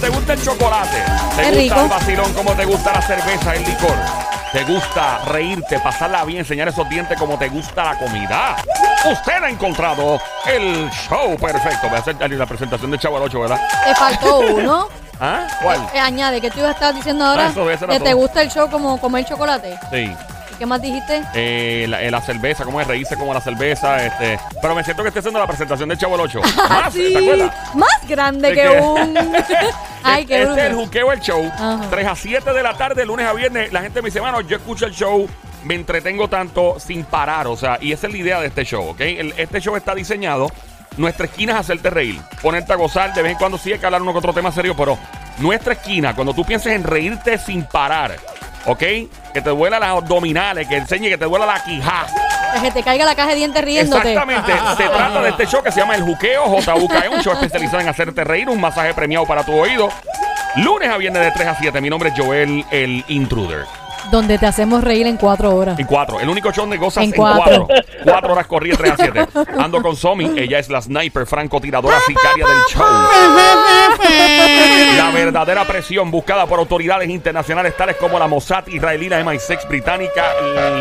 te gusta el chocolate, te Es gusta rico. el vacilón, como te gusta la cerveza, el licor, te gusta reírte, pasarla bien, enseñar esos dientes como te gusta la comida. Usted ha encontrado el show perfecto. Voy a hacer la presentación de Chavo al 8, ¿verdad? Te Eh, faltó uno. ¿Ah? ¿Cuál? Eh, añade, que tú ibas a estar diciendo ahora Ah, eso, eso era que te todo. gusta el show como comer chocolate. Sí. ¿Y qué más dijiste? Eh, la, eh, la cerveza, cómo es reírse como la cerveza. Este. Pero me siento que estoy haciendo la presentación de Chavo el 8. Ah, Más, ¿te acuerdas? más grande ¿De que qué? un... Ay, qué este es el bruto. juqueo el show. Ajá. 3 a 7 de la tarde, lunes a viernes. La gente me dice, mano, yo escucho el show, me entretengo tanto sin parar. O sea, y esa es la idea de este show, ¿ok? El- este show está diseñado. Nuestra esquina es hacerte reír, ponerte a gozar. De vez en cuando sí hay que hablar uno que otro tema serio, pero nuestra esquina, cuando tú pienses en reírte sin parar, ¿ok? Que te duela las abdominales, que enseñe que te duela la quijá. Que te caiga la caja de dientes riéndote. Exactamente. Se trata de este show que se llama El Juqueo, JUKE, E, un show especializado en hacerte reír, un masaje premiado para tu oído. Lunes a viernes de 3 a 7. Mi nombre es Joel, el intruder. Donde te hacemos reír en cuatro horas. En cuatro. El único show de gozas En en cuatro. Cuatro horas corridas, 3 a 7. Ando con Somi. Ella es la sniper francotiradora sicaria del show. La verdadera presión buscada por autoridades internacionales tales como la Mossad israelina, MI6 británica,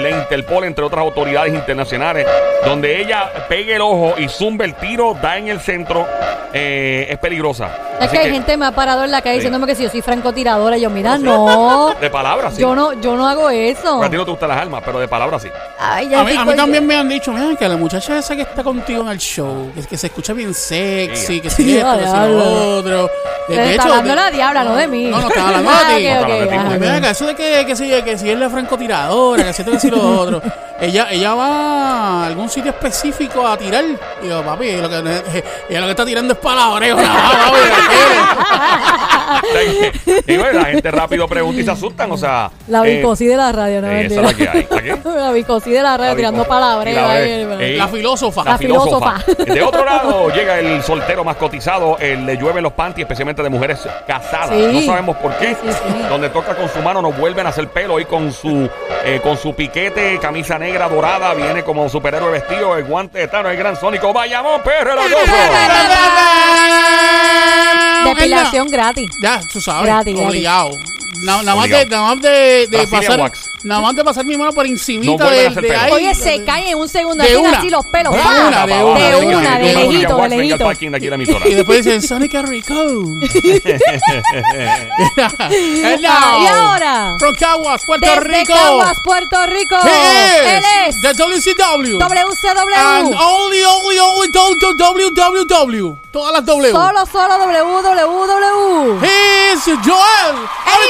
la Interpol, entre otras autoridades internacionales, donde ella pegue el ojo y zumba el tiro, da en el centro, eh, es peligrosa. Es Así que hay que, gente me ha parado en la calle Sí. diciéndome que si yo soy francotiradora, yo mira, no, De palabras, sí. Pues yo no, yo no hago eso. A ti no te gustan las armas, pero de palabras, sí. Ay, ya pues, A mí, a estoy mí con- también me han dicho, mira, que la muchacha esa que está contigo en el show, que, que se escucha bien sexy, que si Sí, esto, que si diablo. lo otro. De, Pero de está hecho, hablando de la diabla, no de mí. No, no, está hablando de Ah, ti. ok, ok, Hablando de ti, ajá. pues. Ven acá, eso de que, que, si, que si es la francotiradora, que si esto, que si lo otro. Ella, ella va a algún sitio específico a tirar. Y yo, papi, lo que, ella lo que está tirando es para la oreja. papi, tranquilo. y bueno, la gente rápido pregunta y se asustan, o sea. La eh, bicosí de la radio, no eh, esa mentira. es la que hay. ¿La qué? La bicosí de la radio La tirando bicosí. palabras. Y la ahí, bebé. ahí, Ey. la filósofa. La La filósofa. filósofa. De otro lado llega el soltero más cotizado, el le llueven los panties, especialmente de mujeres casadas. Sí. No sabemos por qué. Sí, sí. Donde toca con su mano, nos vuelven a hacer pelo y con su eh, con su piquete, camisa negra dorada, viene como superhéroe vestido, el guante de Thanos, el gran sónico. ¡Vayamos, perro! el acoso! Depilación gratis. Ya, tú sabes, Gratis, gratis. obligado. Na- Nada más Obligado. de, nada más de, de Brazilian pasar, wax. nada más de pasar mi mano por No encimita vuelven a de, hacer de pelo. ahí. Oye, se caen en un segundo. De tiran una. así los pelos. De ¡pa! una, de de una, de una, una. de Venga, lejito, de Wax, venga el lejito. parking de aquí de la emisora. Y después dicen, Sonic qué rico. Hello. ¿Y ahora? From Caguas, Puerto Desde Rico. Caguas, Puerto Rico. He Él es The WCW. And WCW. only, only, only WWW. Todas las W. Solo, solo WWW. He's Joel. El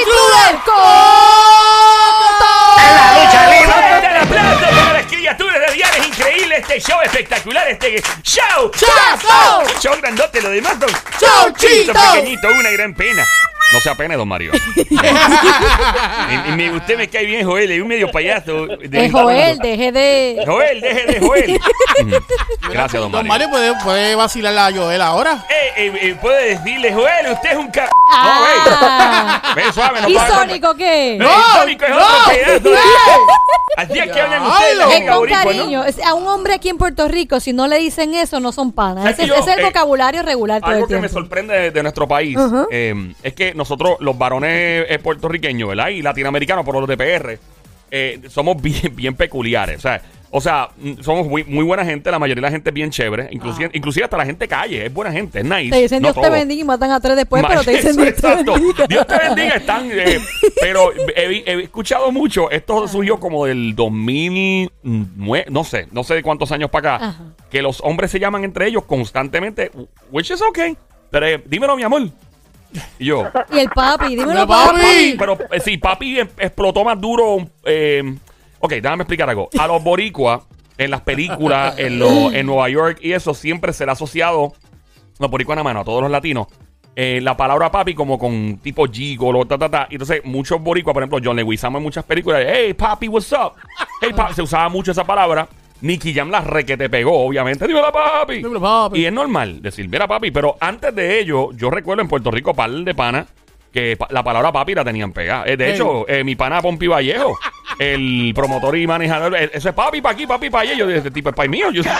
Intruder Intruder Cotto. ¡Oh! ¡Fuerte el aplauso para las criaturas radiales! ¡Increíble este show espectacular! ¡Este show! Chazo. Un show grandote, lo demás son Chau, chiquitos, chito. pequeñitos, una gran pena. No se apene, don Mario. Y- y me- usted me cae bien, Joel, es un medio payaso. De- Es Joel, deje de. Joel, deje de Joel. Gracias, don Don Mario. Mario puede, puede vacilar a Joel ahora. Eh, eh, eh, puede decirle, Joel, usted es un ca... Ah. No, Joel. Ve suave, no ¿Y pasa- Sónico qué? No, el Sónico es otro pedazo. de- Así es que hablan ustedes, Diablo. los Es con boricua, ¿no? cariño. Es- A un hombre aquí en Puerto Rico, si no le dicen eso, no son panas. ¿Sabes Ese, que yo, ese es el eh, vocabulario regular todo el Algo que me tiempo. sorprende de, de nuestro país eh, es que nosotros, los varones eh, puertorriqueños, ¿verdad? Y latinoamericanos, por los de PR, eh, somos bien, bien peculiares. O sea, o sea, mm, somos muy, muy buena gente, la mayoría de la gente es bien chévere. Inclusive, inclusive hasta la gente calle, es buena gente, es nice. Ah. te dicen no Dios te todo. bendiga y matan a tres después, Ma- pero te dicen Eso, Dios te exacto. bendiga. Dios te bendiga, están. eh, pero he, he escuchado mucho. Esto surgió como del 2009, no sé, no sé de cuántos años para acá. Ajá. Que los hombres se llaman entre ellos constantemente, which is okay. Pero eh, dímelo, mi amor. Y yo, Y el papi, dímelo Pero papi. papi. pero eh, sí, papi em- explotó más duro. eh, ok, déjame explicar algo. A los boricuas, en las películas, en, lo- en Nueva York y eso, siempre será asociado, los boricuas nada mano, a todos los latinos, eh, la palabra papi como con tipo gigolo, ta, ta, ta. Y entonces, muchos boricuas, por ejemplo, John Leguizamo en muchas películas, hey, papi, what's up? Hey, papi. Se usaba mucho esa palabra. Nicky Jam la re que te pegó, obviamente. Dímelo, papi. Dímelo, papi. Y es normal decir, mira, papi, pero antes de ello, yo recuerdo en Puerto Rico, par de pana, que pa- la palabra papi la tenían pegada. Eh, de Ey. hecho, eh, mi pana Pompi Vallejo, el promotor y manejador, eh, ese es papi pa' aquí, papi pa' allá. Yo dije, este tipo es pa' mío. Yo, yo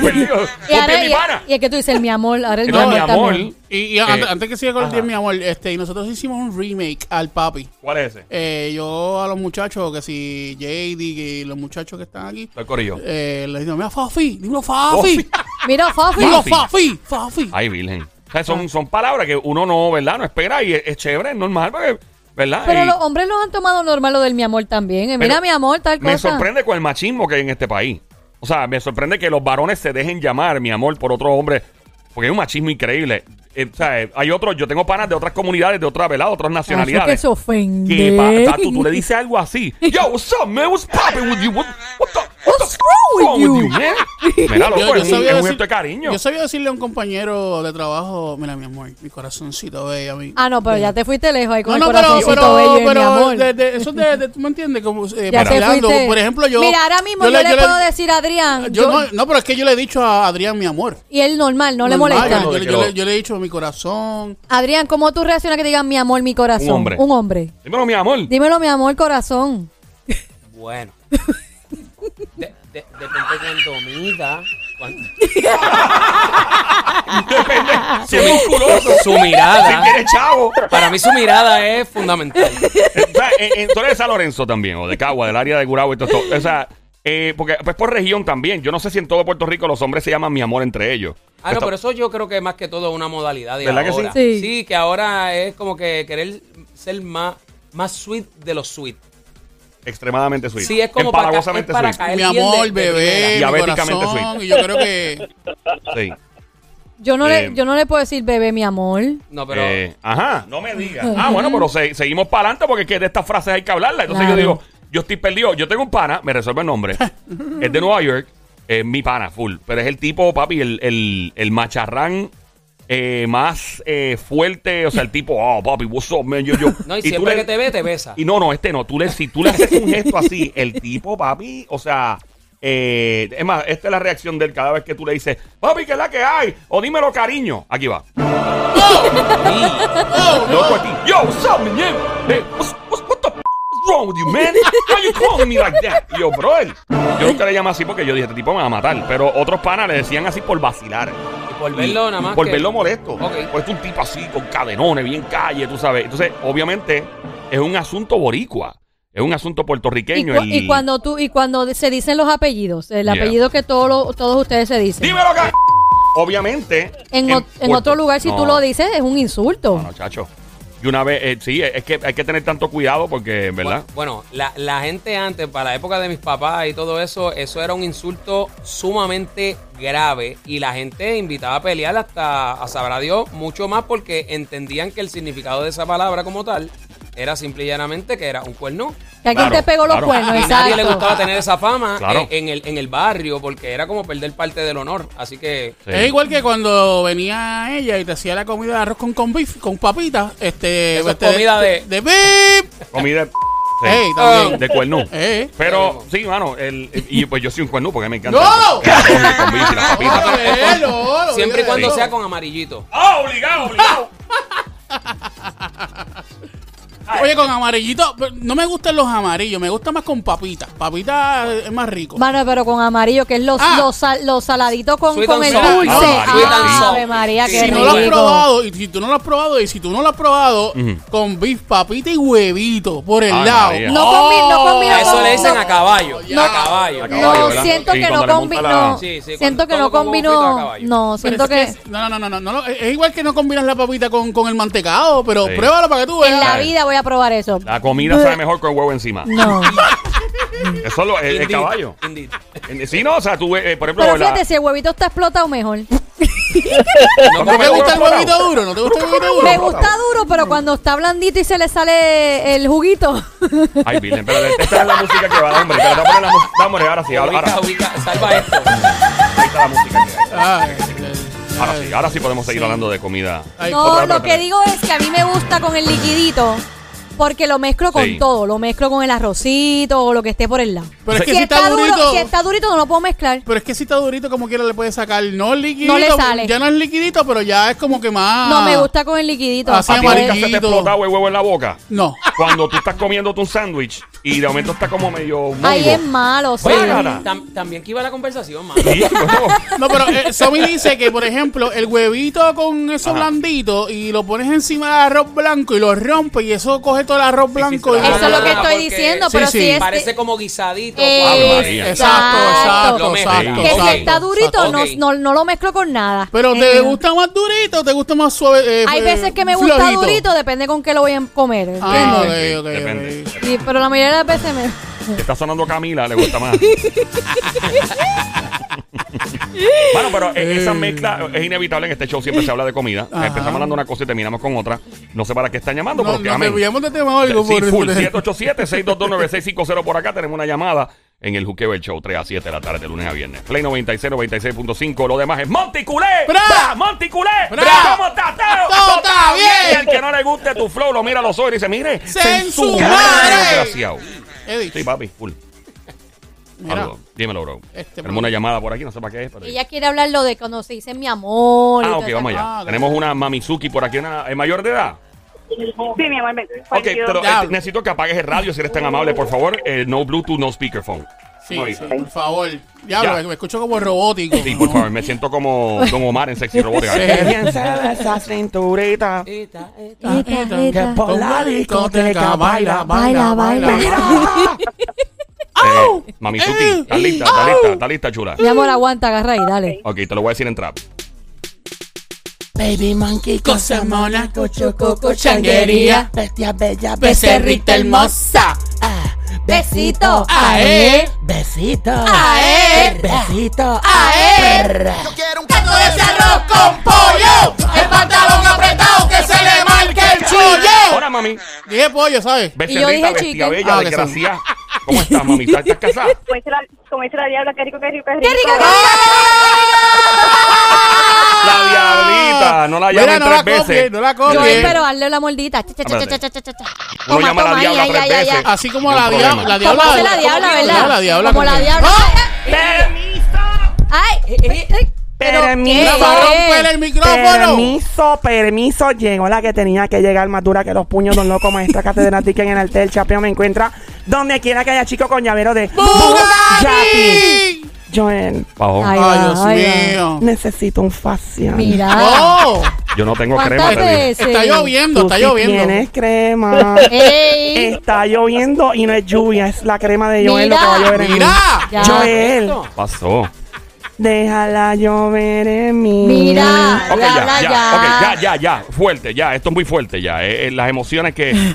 perdido. Pompi Y, ahora- es mi y- pana. y es que tú dices, mi amor, ahora es Ese es mi amor. también. Y, y an- Eh, antes, que siga con el ajá. 10, mi amor, este, y nosotros hicimos un remake al papi. ¿Cuál es ese? Eh, yo a los muchachos, que si JD y los muchachos que están aquí, El corillo. eh, les digo, mira, Fafi, dilo Fafi, Mira, Fafi. dilo Oh, Fafi. Fafi, Fafi. Ay, virgen. O sea, son, son palabras que uno no, ¿verdad? No espera y es, es chévere, es normal, porque, ¿verdad? Pero Y los hombres lo han tomado normal lo del mi amor también. eh, Pero Mira, mi amor, tal cosa. me sorprende con el machismo que hay en este país. O sea, me sorprende que los varones se dejen llamar, mi amor, por otro hombre, porque hay un machismo increíble. Eh, o sea, eh, hay otros, yo tengo panas de otras comunidades, de otras, ¿verdad? Otras Ah, eso es que nacionalidades. se ofende. que pa- o sea, tú, tú le dices algo así. Yo, what's up, man? What's poppin' with you? What, what the, what the What's wrong with you? man? Mira, loco, es un, es un decir- gesto de cariño. yo sabía decirle a un compañero de trabajo, mira, mi amor, mi corazoncito bello, mi... Ah, no, pero ya te fuiste lejos ahí con No, el no, pero, corazoncito pero, bello, y mi pero amor. de- de- eso de, de- tú me entiendes, como eh, ya te vacilando. fuiste. Por ejemplo, yo... Mira, ahora mismo yo, le, puedo decir a Adrián. Yo, yo- no, no, pero es que yo le he dicho a Adrián mi amor. y él normal, no le Normal, molesta. Yo, No, le- que yo lo- le, yo le he dicho mi corazón. Adrián, ¿cómo tú reaccionas que te digan mi amor, mi corazón? Un hombre. Un hombre. Dímelo, mi amor. Dímelo, mi amor, corazón. Bueno. De- de- depende cuando mida. cuando- Depende. Si es musculoso. Su mirada. Si tiene chavo. Para mí su mirada es fundamental. O sea, en- en- Eh, tú eres de San Lorenzo también, o de Cagua, del área de Gurabo y todo esto. O sea, eh, porque pues por región también. Yo no sé si en todo Puerto Rico los hombres se llaman mi amor entre ellos. Ah, no, Esto- pero eso yo creo que es más que todo una modalidad de ¿Verdad que sí? ahora. Sí. que ahora es como que querer ser más, más sweet de los sweet. Extremadamente sweet. Sí, es como para, ca- es Empalagosamente para sweet. caer Mi bien de- amor, de bebé, primera. primera. mi Diabéticamente corazón. Y yo creo que... Sí. Yo no, Eh. le, yo no le puedo decir bebé, mi amor. No, pero Eh, ajá, no me digas. Ah, bueno, pero se- seguimos para adelante porque es que de estas frases hay que hablarlas. Entonces yo Claro. digo, yo estoy perdido. Yo tengo un pana, me resuelve el nombre. es de Nueva York, es mi pana, full. Pero es el tipo, papi, el, el, el macharrán eh, más eh, fuerte. O sea, el tipo, oh, papi, what's up, man? Yo, yo. no, y, tú siempre le- que te ve, te besa. Y no, no, este no. Tú le, si tú le haces un gesto así, el tipo, papi, o sea, eh, es más, esta es la reacción de él cada vez que tú le dices, papi, ¿qué es la que hay? O dímelo, cariño. Aquí va. Loco aquí. Yo, what's up, man? Hey, what's, what's, what the f is wrong with you, man? Why you calling me like that? Y yo, bro, yo nunca le llamo así porque yo dije, este tipo me va a matar. Pero otros panas le decían así por vacilar. Y por verlo nada más. Por que- verlo molesto. Ok. Pues es un tipo así, con cadenones, bien calle, tú sabes. Entonces, obviamente, es un asunto boricua. Es un asunto Y, puertorriqueño. cu- el- y cuando tú y cuando se dicen los apellidos, el Yeah. apellido que todos los- todos ustedes se dicen. Dímelo, ca- Obviamente. En, o- en Puerto- otro lugar, si tú No, lo dices, es un insulto. No, no, chacho. Y una vez, eh, sí, es que hay que tener tanto cuidado porque, ¿verdad? Bueno, la, la gente antes, para la época de mis papás y todo eso, eso era un insulto sumamente grave y la gente invitaba a pelear hasta, a sabrá Dios, mucho más porque entendían que el significado de esa palabra como tal era simple y llanamente que era un cuerno. Que alguien Claro, te pegó los claro. cuernos, y nadie le gustaba exacto. tener esa fama eh, Claro. en, en el, en el barrio porque era como perder parte del honor. Así que Sí. Es igual que cuando venía ella y te hacía la comida de arroz con, con beef, con papitas, este... Eso es este, comida de- De beef. Comida. sí, Ah. Ey, también. de cuerno. Eh. Pero, sí, mano, el, el- y pues yo soy un cuerno porque a mí me encanta. ¡No! El con bici, las papitas. Joder, no, no, siempre y cuando no. sea con amarillito. ¡Ah, obligado, obligado! Oye, con amarillito, pero no me gustan los amarillos, me gusta más con papitas. Papitas es más rico. Mano, pero con amarillo, que es los, Ah. los, sal- los saladitos con, Sweet con and el sour. dulce. Ah, sweet and Ah, sour. Ave María, Sí, qué si rico. no lo has probado, y si tú no lo has probado, y si tú no lo has probado, con beef, papita y huevito por el Ay, lado. Oh. María. No combi- no combi- A no eso combi- le dicen no- a caballo. No. A caballo. A caballo, no, ¿verdad? siento Sí, que cuando no le monta combinó. la- Sí, sí, siento cuando- que no todo como frito de combinó. caballo. No, Pero siento que es que- No, no, no, no, no, no, Es es igual que no combinas la papita con, con el mantecado, pero Sí. pruébalo para que tú en la veas. vida voy a probar eso. La comida sabe mejor con huevo encima. No. Eso es lo- el, el Indeed, caballo. indeed. Sí, no, o sea, tú, eh, por ejemplo, Pero la- fíjate, si el huevito está explotado, mejor. No, ¿No te Pero gusta el explotado. huevito duro? ¿No te gusta el huevito Me duro? gusta duro, pero cuando está blandito y se le sale el juguito. Ay, Virgen, espérate, esta es la música que va, hombre. Espérate, voy a poner la música. Vamos, ahora sí, ahora, ahora, Ubica, ubica, salva esto. ahí está la música. que va. Ah, Ahora sí, ahora sí podemos seguir hablando de comida. Ay, No, otra, lo otra, que otra. digo es que a mí me gusta con el liquidito. Porque lo mezclo con Sí. todo. Lo mezclo con el arrocito o lo que esté por el lado. Pero es que si, si está, está duro, durito- si está durito, no lo puedo mezclar. Pero es que si está durito, como quiera le puede sacar. No es liquidito. No le sale. Ya no es liquidito, pero ya es como que más. No Ah. me gusta con el liquidito. Así ¿A ti nunca se te amarillito. explotaba el huevo en la boca? No. Cuando tú estás comiéndote un sándwich y de momento está como medio Ahí mongo. es malo. sí. Oye, Claro. tam- también que iba la conversación, mano. Sí, bueno. No, pero eh, Somi dice que, por ejemplo, el huevito con eso Ajá. blandito y lo pones encima del arroz blanco y lo rompe y eso coge todo el arroz blanco. sí, y claro. Eso es lo que Ah, estoy porque- diciendo, Sí, pero sí. si es... Parece como guisadito. Ave María. Exacto, Exacto. exacto, exacto. Que Ok. si está durito, no, Ok. no, no lo mezclo con nada. Pero ¿te Eh, gusta más durito o te gusta más suave? eh, Hay eh, veces que me gusta flojito? durito, depende con qué lo voy a comer. ¿entiendes? Ah, ok, Sí, sí, ok, depende. ok. Sí, pero la mayoría de las veces me... Está sonando Camila, le gusta más. bueno, pero e- esa mezcla es inevitable. En este show siempre se habla de comida. Eh. Ajá. Empezamos hablando una cosa y terminamos con otra. No sé para qué están llamando, No, pero que nos amén. desviamos de tema o algo Sí, por- full. por- 787-622-9650 por acá. Tenemos una llamada en el Juqueo del Show, 3 a 7 de la tarde, de lunes a viernes. Play 96, 96.5. Lo demás es Monticulé. Bra. Bra, ¡Monticulé! Bra. ¿Cómo estás, Teo? Todo está bien. El que no le guste tu flow lo mira a los ojos y dice, mire, ¡Sen su censurado, madre! desgraciado. Eddie, Sí, papi, full. mira, Algo. Dímelo, bro. Este, Tenemos una llamada por aquí, no sé para qué es. Pero... Ella quiere hablar lo de cuando se dice mi amor. y Ah, toda ok, esa vamos cosa. allá. Ah, Tenemos una Mamizuki por aquí, una ¿es mayor de edad. Sí, mi amor, ven. Ok, 42. pero Ya. eh, necesito que apagues el radio si eres tan amable, por favor. Eh, no Bluetooth, no speakerphone. sí, Muy sí, bien. por favor. Diablo, Ya. me- me escucho como robótico. Sí, ¿no? por favor, me siento como Don Omar en Sexy Robot. Sí. Piensa esa cinturita Eta, Eta, eta. que por la discoteca baila, Baila, baila. baila, baila. Eh, Mamizuki, Eh. ¿estás lista? ¿Estás lista? ¿Estás lista, chula? Mi amor, aguanta, agarra ahí, dale. Ok, te lo voy a decir en trap. Eh. Baby monkey, Cosa mona, cocho, coco, changuería. Bestia bella, Becerrita hermosa. E. Ah, Besito. Ae. Besito. Ae. Besito. Ae. Brr. ese arroz con pollo. El pantalón apretado que se le marque el chullo. Hola, mami. Dije pollo, Y ¿sabes? yo Becerrita, dije bestia chicken. bella, Ah, que desgraciada. ¿Cómo estás, mami? ¿Estás estás casada? Como dice la- como dice la diabla, qué rico, qué rico, qué rico. ¡Qué Ah, rica! La diablita. No la Mira, llamen no tres la copie, veces. no la Yo, copie. pero hazle la mordita. Cha, cha, cha, cha, cha, cha, cha, cha. Uno llama a la diabla ay, tres ay, ay, veces. ay. Así como No la, hay dia- problema. la Como diabla. hace la diabla, ¿verdad? La diabla. Como la que- diabla. ¡Ah! ¡Ay! ay, ay. ¿Pero Permiso. qué? ¡La va a romper el micrófono! Permiso, permiso, llegó la que tenía que llegar más dura que los puños de un loco maestra catedrática en el altar. Chapeo me encuentra donde quiera que haya chico con llavero de Bugatti. ¡Bugatti! Joel, Pajón, Ay, ¡Ay, va, Dios ay, va. mío! necesito un facial. Mira. ¡Oh! yo no tengo crema. ¿Cuántas te dije. veces? Está lloviendo, Tú está sí lloviendo. Tienes crema. ¡Ey! está lloviendo y no es lluvia, es la crema de Joel lo que va a Mira. llover en mí. ¡Mira! Ya. Joel, Pasó. déjala llover en mí. Mira. Ok, ya, Ya, ya, ya, ya. ok, ya, ya, ya. Fuerte, ya. Esto es muy fuerte, ya. Eh, eh, las emociones que.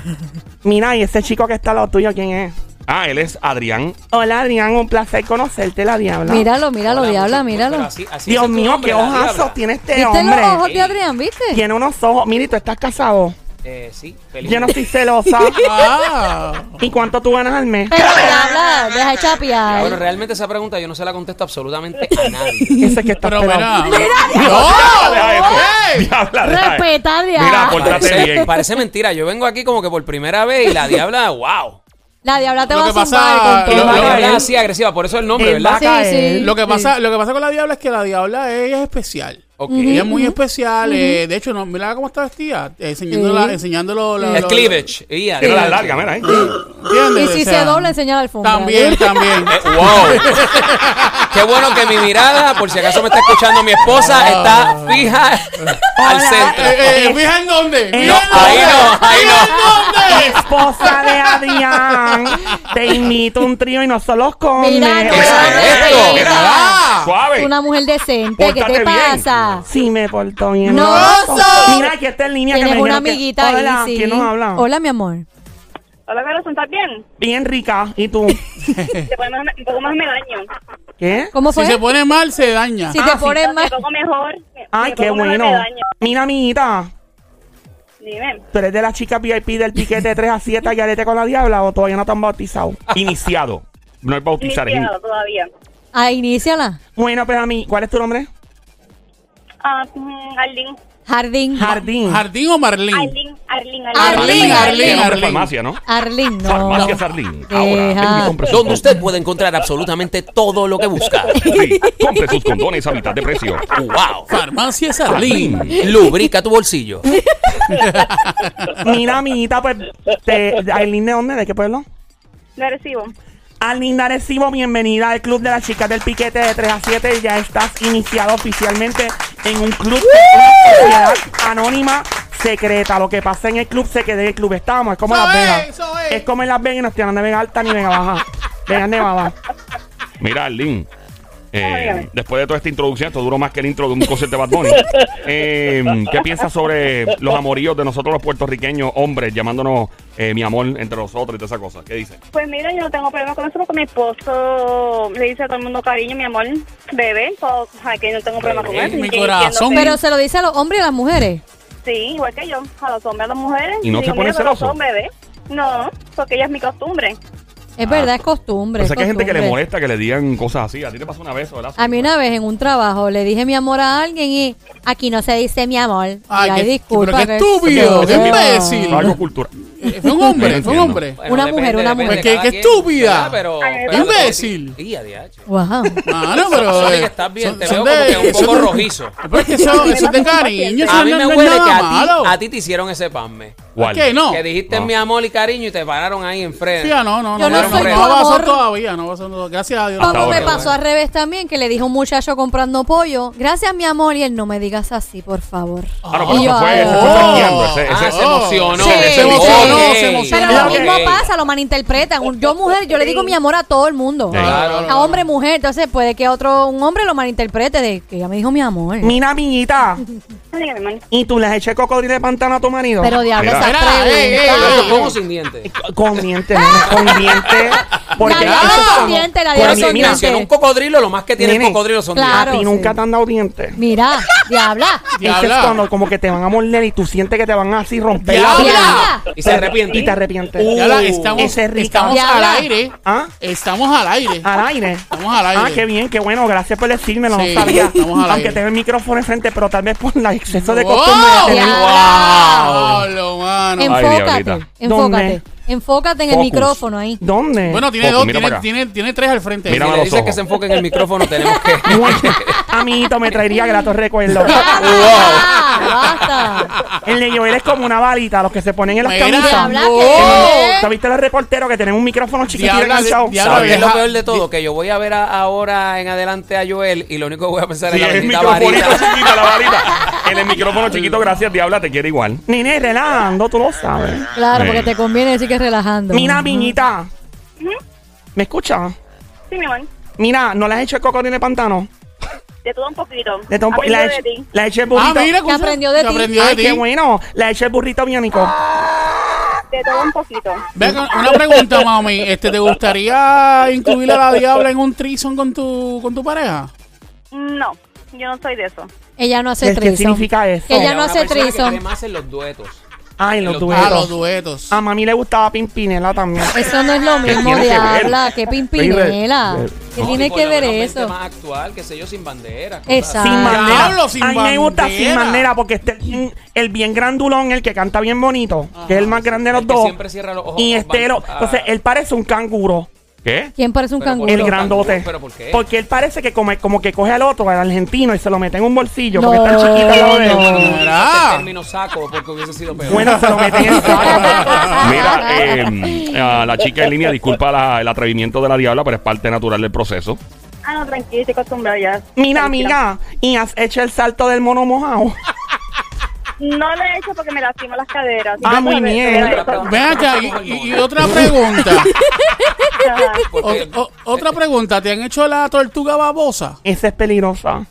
Mira, y ese chico que está al lado tuyo, ¿quién es? Ah, él es Adrián. Hola, Adrián, un placer conocerte, la diabla. Míralo, míralo, Hola, diabla, mucho- pero míralo. así- así es Dios tu mío, nombre, qué la ojazos diabla. tiene este ¿Viste los hombre. ojos de Adrián, viste? Tiene unos ojos. Mira, ¿y tú estás casado. Eh, sí, feliz. Yo no estoy celosa. ¡Ah! ¿Y cuánto tú ganas al mes? Pero diabla, deja de chapear. Bueno, realmente esa pregunta yo no se la contesto absolutamente a nadie. Ese que está Pero mira. pelado. Diabla, deja ¡No! eso. ¡Ey! Diabla, deja eso. Oh, Respeta, Mira, diabla. pórtate bien. Parece, parece mentira. Yo vengo aquí como que por primera vez y la diabla, wow. La diabla te Lo va que a pasa- zumbar con lo- todo. La lo- diabla es así agresiva, por eso el nombre, Él va a ¿verdad? caer. sí. Lo que, pasa, lo que pasa con la diabla es que la diabla ella es especial. Ok. Ella es muy especial. eh, de hecho, no, mira cómo está vestida. eh, enseñándola, enseñándolo. la- El lo- cleavage. Y ya, Tiene ya. la larga, mira, eh. ¿entiendes? Y O si sea, se dobla, enseña la alfombra. También, también. Eh, wow. Qué bueno que mi mirada, por si acaso me está escuchando mi esposa, está fija al Hola. centro. Eh, eh, ¿Fija en dónde? Eh, ¿Fija en ahí dónde? no, ahí ¿Fija en dónde? Esposa de Adrián. Te invito a un trío y no solo los condes. Mira, no, esto. respeta. Mira. Suave. Una mujer decente, ¿qué Pórtate bien. te pasa? Sí, me portó bien. No, soy- Mira, aquí está en línea que Tienes me una dijeron que- amiguita ahí, Hola, sí. ¿quién nos habla? Hola, mi amor. Hola, corazón, ¿estás bien? Bien rica. ¿Y tú? Te pones más- un poco más me daño. ¿Qué? ¿Cómo Si fue? se pone mal, se daña. Si te pones Un más... poco mejor. Ay, un Ah, qué poco mejor bueno. me daño. Mira, amiguita. Dime. ¿Tú eres de las chicas VIP del tiquete de 3 a 7 a Yarete con la Diabla o todavía no te han bautizado? Iniciado. No es bautizar, es in- Iniciado todavía. Ah, iníciala. Bueno, pues a mí, ¿cuál es tu nombre? Ah, mm, Arlín. Jardín. Jardín. ¿Jardín o Marlín? Arlín. Arlín, Arlín, Arlín. Tiene nombre de Arlín. farmacia, ¿no? Arlín, no. Farmacia Sarlín. Ahora, Deja. ven y compre Donde sus condones. usted puede encontrar absolutamente todo lo que busca. Sí, compre sus condones a mitad de precio. ¡Wow! Farmacia Sarlín. Lubrica tu bolsillo. Mira, amiguita, pues, te, Aileen, ¿de dónde? ¿De qué pueblo? No recibo. Aileen de Arecibo, bienvenida al Club de las Chicas del Piquete de 3 a 7. Ya estás iniciado oficialmente en un club de una sociedad anónima secreta. Lo que pasa en el club se queda en el club. Estamos, es como Eso Las es, Vegas. eso es. es como en Las Vegas y no estoy hablando de Vega Alta ni Vega Baja. Vega Nevada. Mira, Arlín. eh, Óigame. después de toda esta introducción, esto duró más que el intro de un concierto de Bad Bunny. eh, ¿Qué piensas sobre los amoríos de nosotros los puertorriqueños, hombres, llamándonos eh, mi amor entre nosotros y todas esas cosas? ¿Qué dices? Pues mira, yo no tengo problema con eso porque mi esposo le dice a todo el mundo cariño, mi amor, bebé. O sea, que yo no tengo problema con Bebé, eso. mi Y que corazón. entiendo Pero se lo dice a los hombres y a las mujeres. que- Sí, igual que yo, a los hombres, a las mujeres. ¿Y no se Digo, pone mira, pero celoso? son bebé. No, porque ella es mi costumbre. Es verdad, es costumbre. Ah, O sea, es que hay gente que le costumbre. molesta que le digan cosas así. A ti te pasó una vez, ¿verdad? A mí una vez en un trabajo le dije mi amor a alguien y aquí no se dice mi amor. Ay, y qué- ahí disculpa. pero qué que- estúpido, qué No. imbécil. Algo cultural. Eh, Fue un hombre, No fue un entiendo. hombre. Una mujer, una mujer. cada Qué- qué quien, estúpida. ¿verdad? Pero, Ay, pero- imbécil. Sí, adiache. Wow. Ah, no, pero. Sonic, eh, estás bien, son- te son veo como de- que un poco son- rojizo. Pero es que eso, eso es de cariño. eso A mí no- me no es huele nada que a malo. ti, a ti te hicieron ese panme. ¿Cuál? ¿Qué? No. Que dijiste No. mi amor y cariño y te pararon ahí Sí, enfrente. ah, no, no, Yo no, no soy tu no va a pasar amor. todavía, no va a pasar todavía. Gracias a Dios. Hasta Como ahora. me pasó al revés también, que le dijo un muchacho comprando pollo, gracias mi amor, y él no me digas así, por favor. Ah, no, pero Y eso yo, fue, ah, ese fue oh. franqueando, ese- Ah, ese- se emocionó. Sí. Se emocionó, se Ok. emocionó. Pero lo Ok. mismo pasa, lo malinterpretan. Un- Yo mujer, yo le digo mi amor a todo el mundo. Sí. Claro, A hombre, mujer, entonces puede que otro, un hombre lo malinterprete de que ya me dijo mi amor. Mira, amiguita, Ay, mi hermano. ¿y tú les eché cocodrilo de pantano a tu marido? Pero diablo, Mira. esa Mira, pregunta. ey, ey, Pero ey, ¿Cómo sin dientes? Con dientes, nena, con dientes. Porque La eso dieron es con como- dientes, la dieron porque Por eso son mira, dientes. mencionó un cocodrilo, lo más que tiene el Nene. cocodrilo son Claro. a ti sí. nunca te han dado dientes. Mira, diabla. Eso es Diabla. cuando como que te van a morder y tú sientes que te van a así romper la Diabla. piel. Diabla. dientes. Y se arrepiente. Uh, Y te arrepientes. Ya la- estamos, ese rico. estamos Ya al la- aire. ¿Ah? Estamos al aire. Al aire. Estamos al aire. Ah, qué bien, qué bueno. Gracias por decírmelo. Sí, no sabía. estamos al Aunque aire. Oh, tengo el micrófono enfrente, pero tal vez por el exceso de ¡Wow! costumbre. de tener- ¡Wow! Lo, mano. Em- Ay, Enfócate, diablita. enfócate. ¿Dónde? Enfócate en el Focus. micrófono ahí. ¿Dónde? Bueno, tiene Ojo, dos, mira tiene, para acá. tiene, tiene tres al frente. Mira, Si Mírame le los dices que ojos. se enfoque en el micrófono, tenemos que... Amiguito, me traería gratos recuerdos. Ah, Basta. El de Joel es como una varita, los que se ponen en las Mira, camisas. Diabla, ¡Oh! ¿qué? ¿Sabiste los reporteros que tienen un micrófono chiquitito Diabla, enganchado? diabla. ¿Sabes qué es lo vieja- peor de todo? Que yo voy a ver a- ahora en adelante a Joel y lo único que voy a pensar Sí, es la es el bendita microfonito varita. chiquito, la varita. En el micrófono chiquito, gracias, Diabla, te quiere igual. Nene, relajando, tú lo sabes. Claro, porque Sí. te conviene decir que es relajando. Mira, miñita. ¿Me escuchas? Sí, mi amor. Mira, ¿no le has hecho el cocodrilo en el pantano? De todo un poquito. Le tomo- Aprendí la, de eché- ti. la eché el Ah, burrito. mira, Que aprendió de ti. aprendió de Ay, ti. qué bueno. La eché el burrito biónico. De todo un poquito. Ve acá, una pregunta, mami. Este, ¿Te gustaría incluir a la diabla en un trison con tu, con tu pareja? No, yo no soy de eso. Ella no hace ¿Qué trisom. significa eso? Que ella no Una hace persona que trisom. cree más en los duetos. Ay, los Los- A los duetos. duetos. A mami le gustaba Pimpinela también. Eso no es lo mismo, tiene que ver? diabla. Qué pimpinela. ¿Qué No, y tiene por que lo ver menos gente eso? más actual, qué sé yo, sin bandera. cosas Exacto. Sin bandera. Diablo, sin a mí me gusta bandera. sin bandera porque este el, el bien grandulón, el que canta bien bonito, que es el más grande de los El que dos. siempre cierra los ojos. Y este, lo- Ah. entonces él parece un canguro, ¿Qué? ¿Quién parece un Pero por- canguro? el un grandote. canguro? ¿Pero por qué? Porque él parece que como, como que coge al otro, al argentino, y se lo mete en un bolsillo, porque No, está chiquito al lado de él. no. Mira. Este El término saco porque hubiese sido peor. Bueno, se lo mete en el saco. Mira, eh, a la chica en línea, disculpa la- el atrevimiento de la Diabla, pero es parte natural del proceso. Ah, no, tranquilo, estoy acostumbrada ya. Mira, Tranquila. amiga, y has hecho el salto del mono mojado. No lo he hecho porque me lastimo las caderas. Ah, Yo muy sabía- bien. sabía eso. Pero- Ven acá, y, y- y otra pregunta. Ajá. Porque- O- o- otra pregunta. ¿Te han hecho la tortuga babosa? Esa es peligrosa.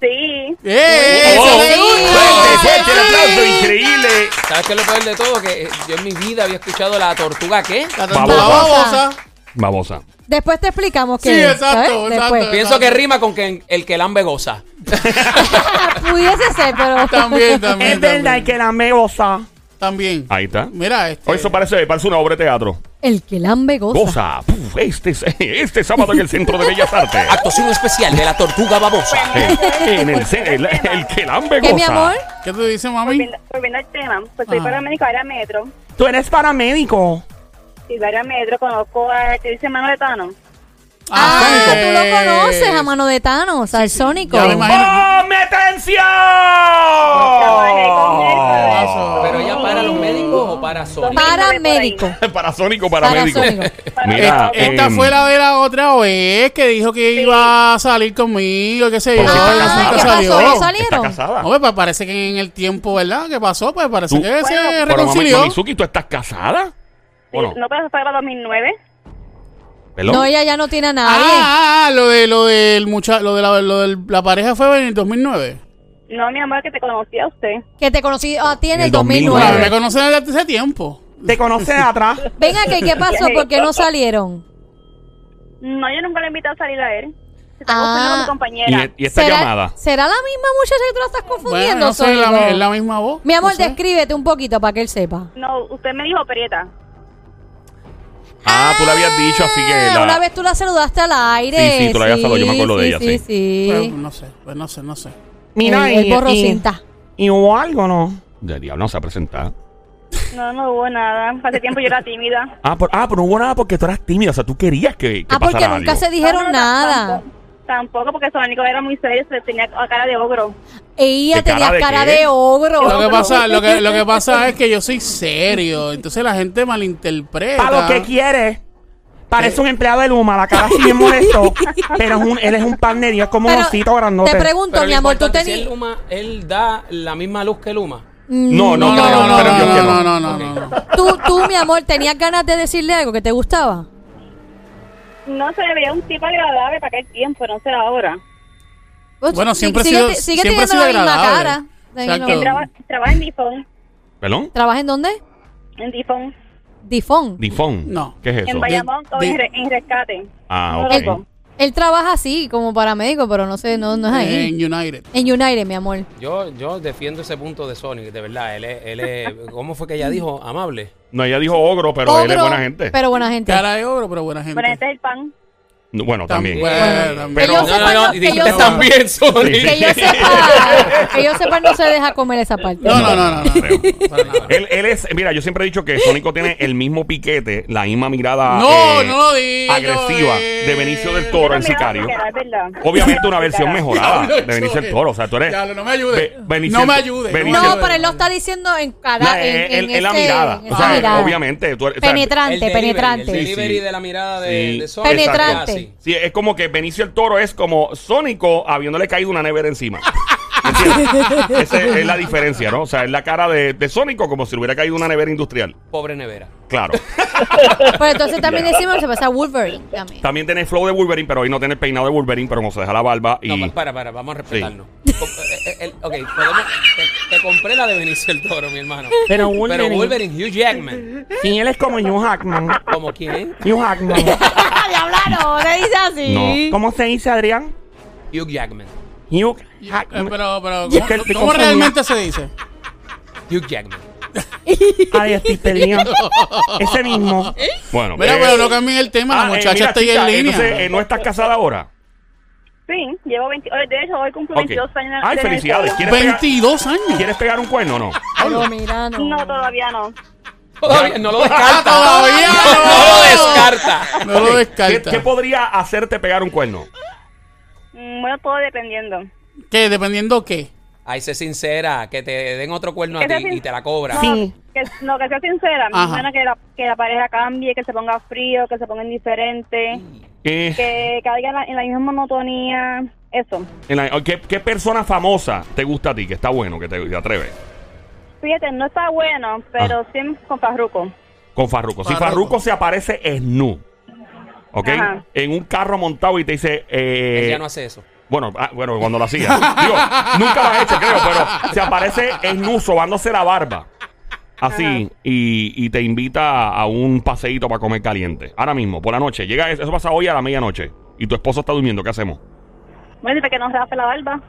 Sí. ¡Eh, eh! Oh, ¡Eso fuerte, le gusta! fuerte el aplauso, increíble. ¿Sabes qué es lo peor de todo? Que eh, yo en mi vida había escuchado la tortuga qué. La tortuga Babosa. babosa. Babosa. Después te explicamos que. Sí, exacto, exacto. Pienso que rima con que el que lambe goza. Pudiese ser, pero. También, también. Es verdad también. que la me goza. También. Ahí está. Mira, este. Oh, eso parece, parece una obra de teatro. El que lambe goza. Goza. Puf, este, es- este sábado en el Centro de Bellas Artes. Actuación especial de la tortuga babosa. Eh, en el, ce- el, el que lambe ¿Qué, goza. mi amor? ¿Qué te dice, mami? Volviendo, volviendo al tema, pues soy Ah. paramédico, era metro. Tú eres paramédico. Y era metro, conozco a que dice Manuel Tano. Ah, pues. tú lo conoces a mano de Thanos, al Sónico. Ya me imagino. ¡Competencia! Trabajé con él, pero- Eso. Pero ella para los médicos o para Sony. Paramédico. Para Sónico, para médico. Parasónico. Mira, Eh, esta em, fue la de la otra vez que dijo que iba a salir conmigo, qué sé yo. Pero si está casada. y Ah, nunca ¿qué pasó? ¿No Está salieron? casada. Hombre, pues parece que en el tiempo, ¿verdad? ¿Qué pasó? Pues parece Tú- que se Pero, reconcilió. mami- Mamizuki, ¿tú estás casada? ¿O no? No, pero eso fue para 2009. Perdón. No, ella ya no tiene a Ah, nadie. ah, ah, lo de lo del mucha, lo de la, lo del- la pareja fue en el 2009. No, mi amor, que te conocía a usted. Que te conocí a ti en En el el 2009. 2009. Me conocen desde hace tiempo. Te conoces de atrás. Venga, ¿qué, ¿qué pasó? ¿Por qué no salieron? No, yo nunca le he invitado a salir a él. Se está Ah. confundiendo con mi compañera. Y, y esta ¿Será, llamada. ¿Será la misma muchacha que tú la estás confundiendo, Bueno, no sé, es Sónico? la, es la misma voz. Mi amor, no sé. descríbete un poquito para que él sepa. No, usted me dijo Prieta. Ah, tú le habías dicho, así que. Ah, la- Una vez tú la saludaste al aire. Sí, sí, tú la habías saludado, yo me acuerdo de ella, sí. Pues, no sé, pues no sé, no sé. Mira, El- el y, y, borrocinta. y hubo algo, ¿no? De diablo, no se ha presentado. No, no hubo nada. Hace tiempo yo era tímida. Ah, por- ah, pero no hubo nada porque tú eras tímida. O sea, tú querías que, que Ah, porque pasara nunca algo. se dijeron No, no, no, nada. Tampoco, tampoco, porque Sónico era muy serio, se tenía cara de ogro. Ella ¿Qué cara tenía de cara qué? de Lo que ogro. pasa, lo que, lo que pasa es que yo soy serio, entonces la gente malinterpreta. Para lo que quieres. Parece un empleado de Luma, la cara así bien molesto. pero es un, él es un pan de Dios, es como un Pero osito grandote. Te pregunto, Pero mi lo amor, tú importante es si tenías. él Luma, él da la misma luz que Luma. No, no, No, creo, no, no, pero yo no, que no, no. no, no, no, no. Tú, tú, mi amor, tenías ganas de decirle algo que te gustaba. No se le veía un tipo agradable para aquel tiempo, no sé ahora. Pues, Bueno, sí, siempre he sigue, sido- sigue siempre he teniendo sido la misma agradable. cara. De que no- Exacto. Traba- Trabaja en Difón. ¿Perdón? ¿Trabaja en dónde? En Difón. Difón. Difón. No. ¿Qué es En eso? Bayamón, todo en, Di- re- en rescate. Ah, No, ok. loco. Él trabaja así, como paramédico, pero no sé, no, no es ahí. eh, En United. En United, mi amor. Yo, yo defiendo ese punto de Sonic, de verdad. Él es, él es, ¿cómo fue que ella dijo? Amable. No, ella dijo ogro, pero él es Ogro, buena gente. Pero buena gente. Cara de ogro, pero buena gente. Bueno, este es el pan. No, bueno, también. Bueno, Que yo Pero- sepa, no, que yo sepa- también, Sonic. que yo sepa, que yo sepa, no se deja comer esa parte. No, no, no, no. no. creo. Para nada. Él, él es, mira, yo siempre he dicho que Sónico tiene el mismo piquete, la misma mirada No, eh, no lo digas, agresiva eh. de Benicio del Toro en Sicario. Era verdad. Obviamente una versión mejorada Diablo, de Benicio del Joel. Toro. O sea, tú eres. Diablo, no me ayudes. Be- Benicio- No me ayudes, no me Benicio- No, pero él lo está diciendo en cara. No, en, en- en en la ese- mirada. en O esa sea, mirada. obviamente. tú eres- o sea, Penetrante, El delivery, penetrante. El delivery Sí, sí. de la mirada de, Sí. de Sonic. Penetrante. Ah, sí. Sí, es como que Benicio del Toro es como Sónico habiéndole caído una nevera encima. ¿Entiendes? Esa es la diferencia, ¿no? O sea, es la cara de, de Sónico como si le hubiera caído una nevera industrial. Pobre nevera. Claro. Pero entonces también decimos, se pasa a Wolverine también. También tiene el flow de Wolverine, pero hoy no tiene el peinado de Wolverine, pero como se deja la barba y... No, pa- para, para, vamos a respetarnos. Com- eh, eh, el- ok, podemos. Te, te compré la de Benicio del Toro, mi hermano. Pero Wolverine. Pero Wolverine, Hugh Jackman. Sí, él es como Hugh Hackman. ¿Como quién? Hugh Hackman. Diabla, no, se dice pues, así. No. ¿Cómo se dice, Adrián? Hugh Jackman. Hugh Eh, Hackman. Pero, pero, Es que ¿cómo, él te cómo confundía. realmente se dice? Hugh Jackman. Ay, estoy perdido. Ese mismo. Bueno. Mira, eh, pero no cambien el tema, ah, la eh, muchacha mira, está ahí chica, en línea. Entonces, eh, ¿no estás casada ahora? Sí, llevo 20, oye, de hecho hoy cumplo Ok. 22 años. Ay, de felicidades. Venezuela. ¿Quieres pegar, 22 años. ¿Quieres pegar un cuerno o no? Pero mira, no. No, todavía no. Todavía no lo Ah, descarta. todavía No lo descarta. No lo ¿Qué, descarta. qué podría hacerte pegar un cuerno? Mm, Bueno, todo dependiendo. ¿Qué? ¿Dependiendo qué? Ay, sé sincera, que te den otro cuerno a Esa ti sin- y te la cobra. Sí. Que, no, que sea sincera. Ajá. Mi hermana, que la, que la pareja cambie, que se ponga frío, que se ponga indiferente, Eh, que caiga en la, en la misma monotonía. Eso. en la- ¿qué, qué persona famosa te gusta a ti, que está bueno, que te, te atreves? Fíjate, no está bueno, pero sí con Farruko. Con Farruko. Si Farruko. Farruko se aparece es nu. ¿Ok? Ajá. En un carro montado y te dice... Eh, Él ya no hace eso. Bueno, ah, bueno, cuando lo hacía. Digo, nunca lo has hecho, creo, pero se aparece en nu sobándose la barba. Así, y, y te invita a un paseíto para comer caliente. Ahora mismo, por la noche. Llega, eso pasa hoy a la medianoche. Y tu esposo está durmiendo, ¿qué hacemos? Bueno, dice que no se hace la barba.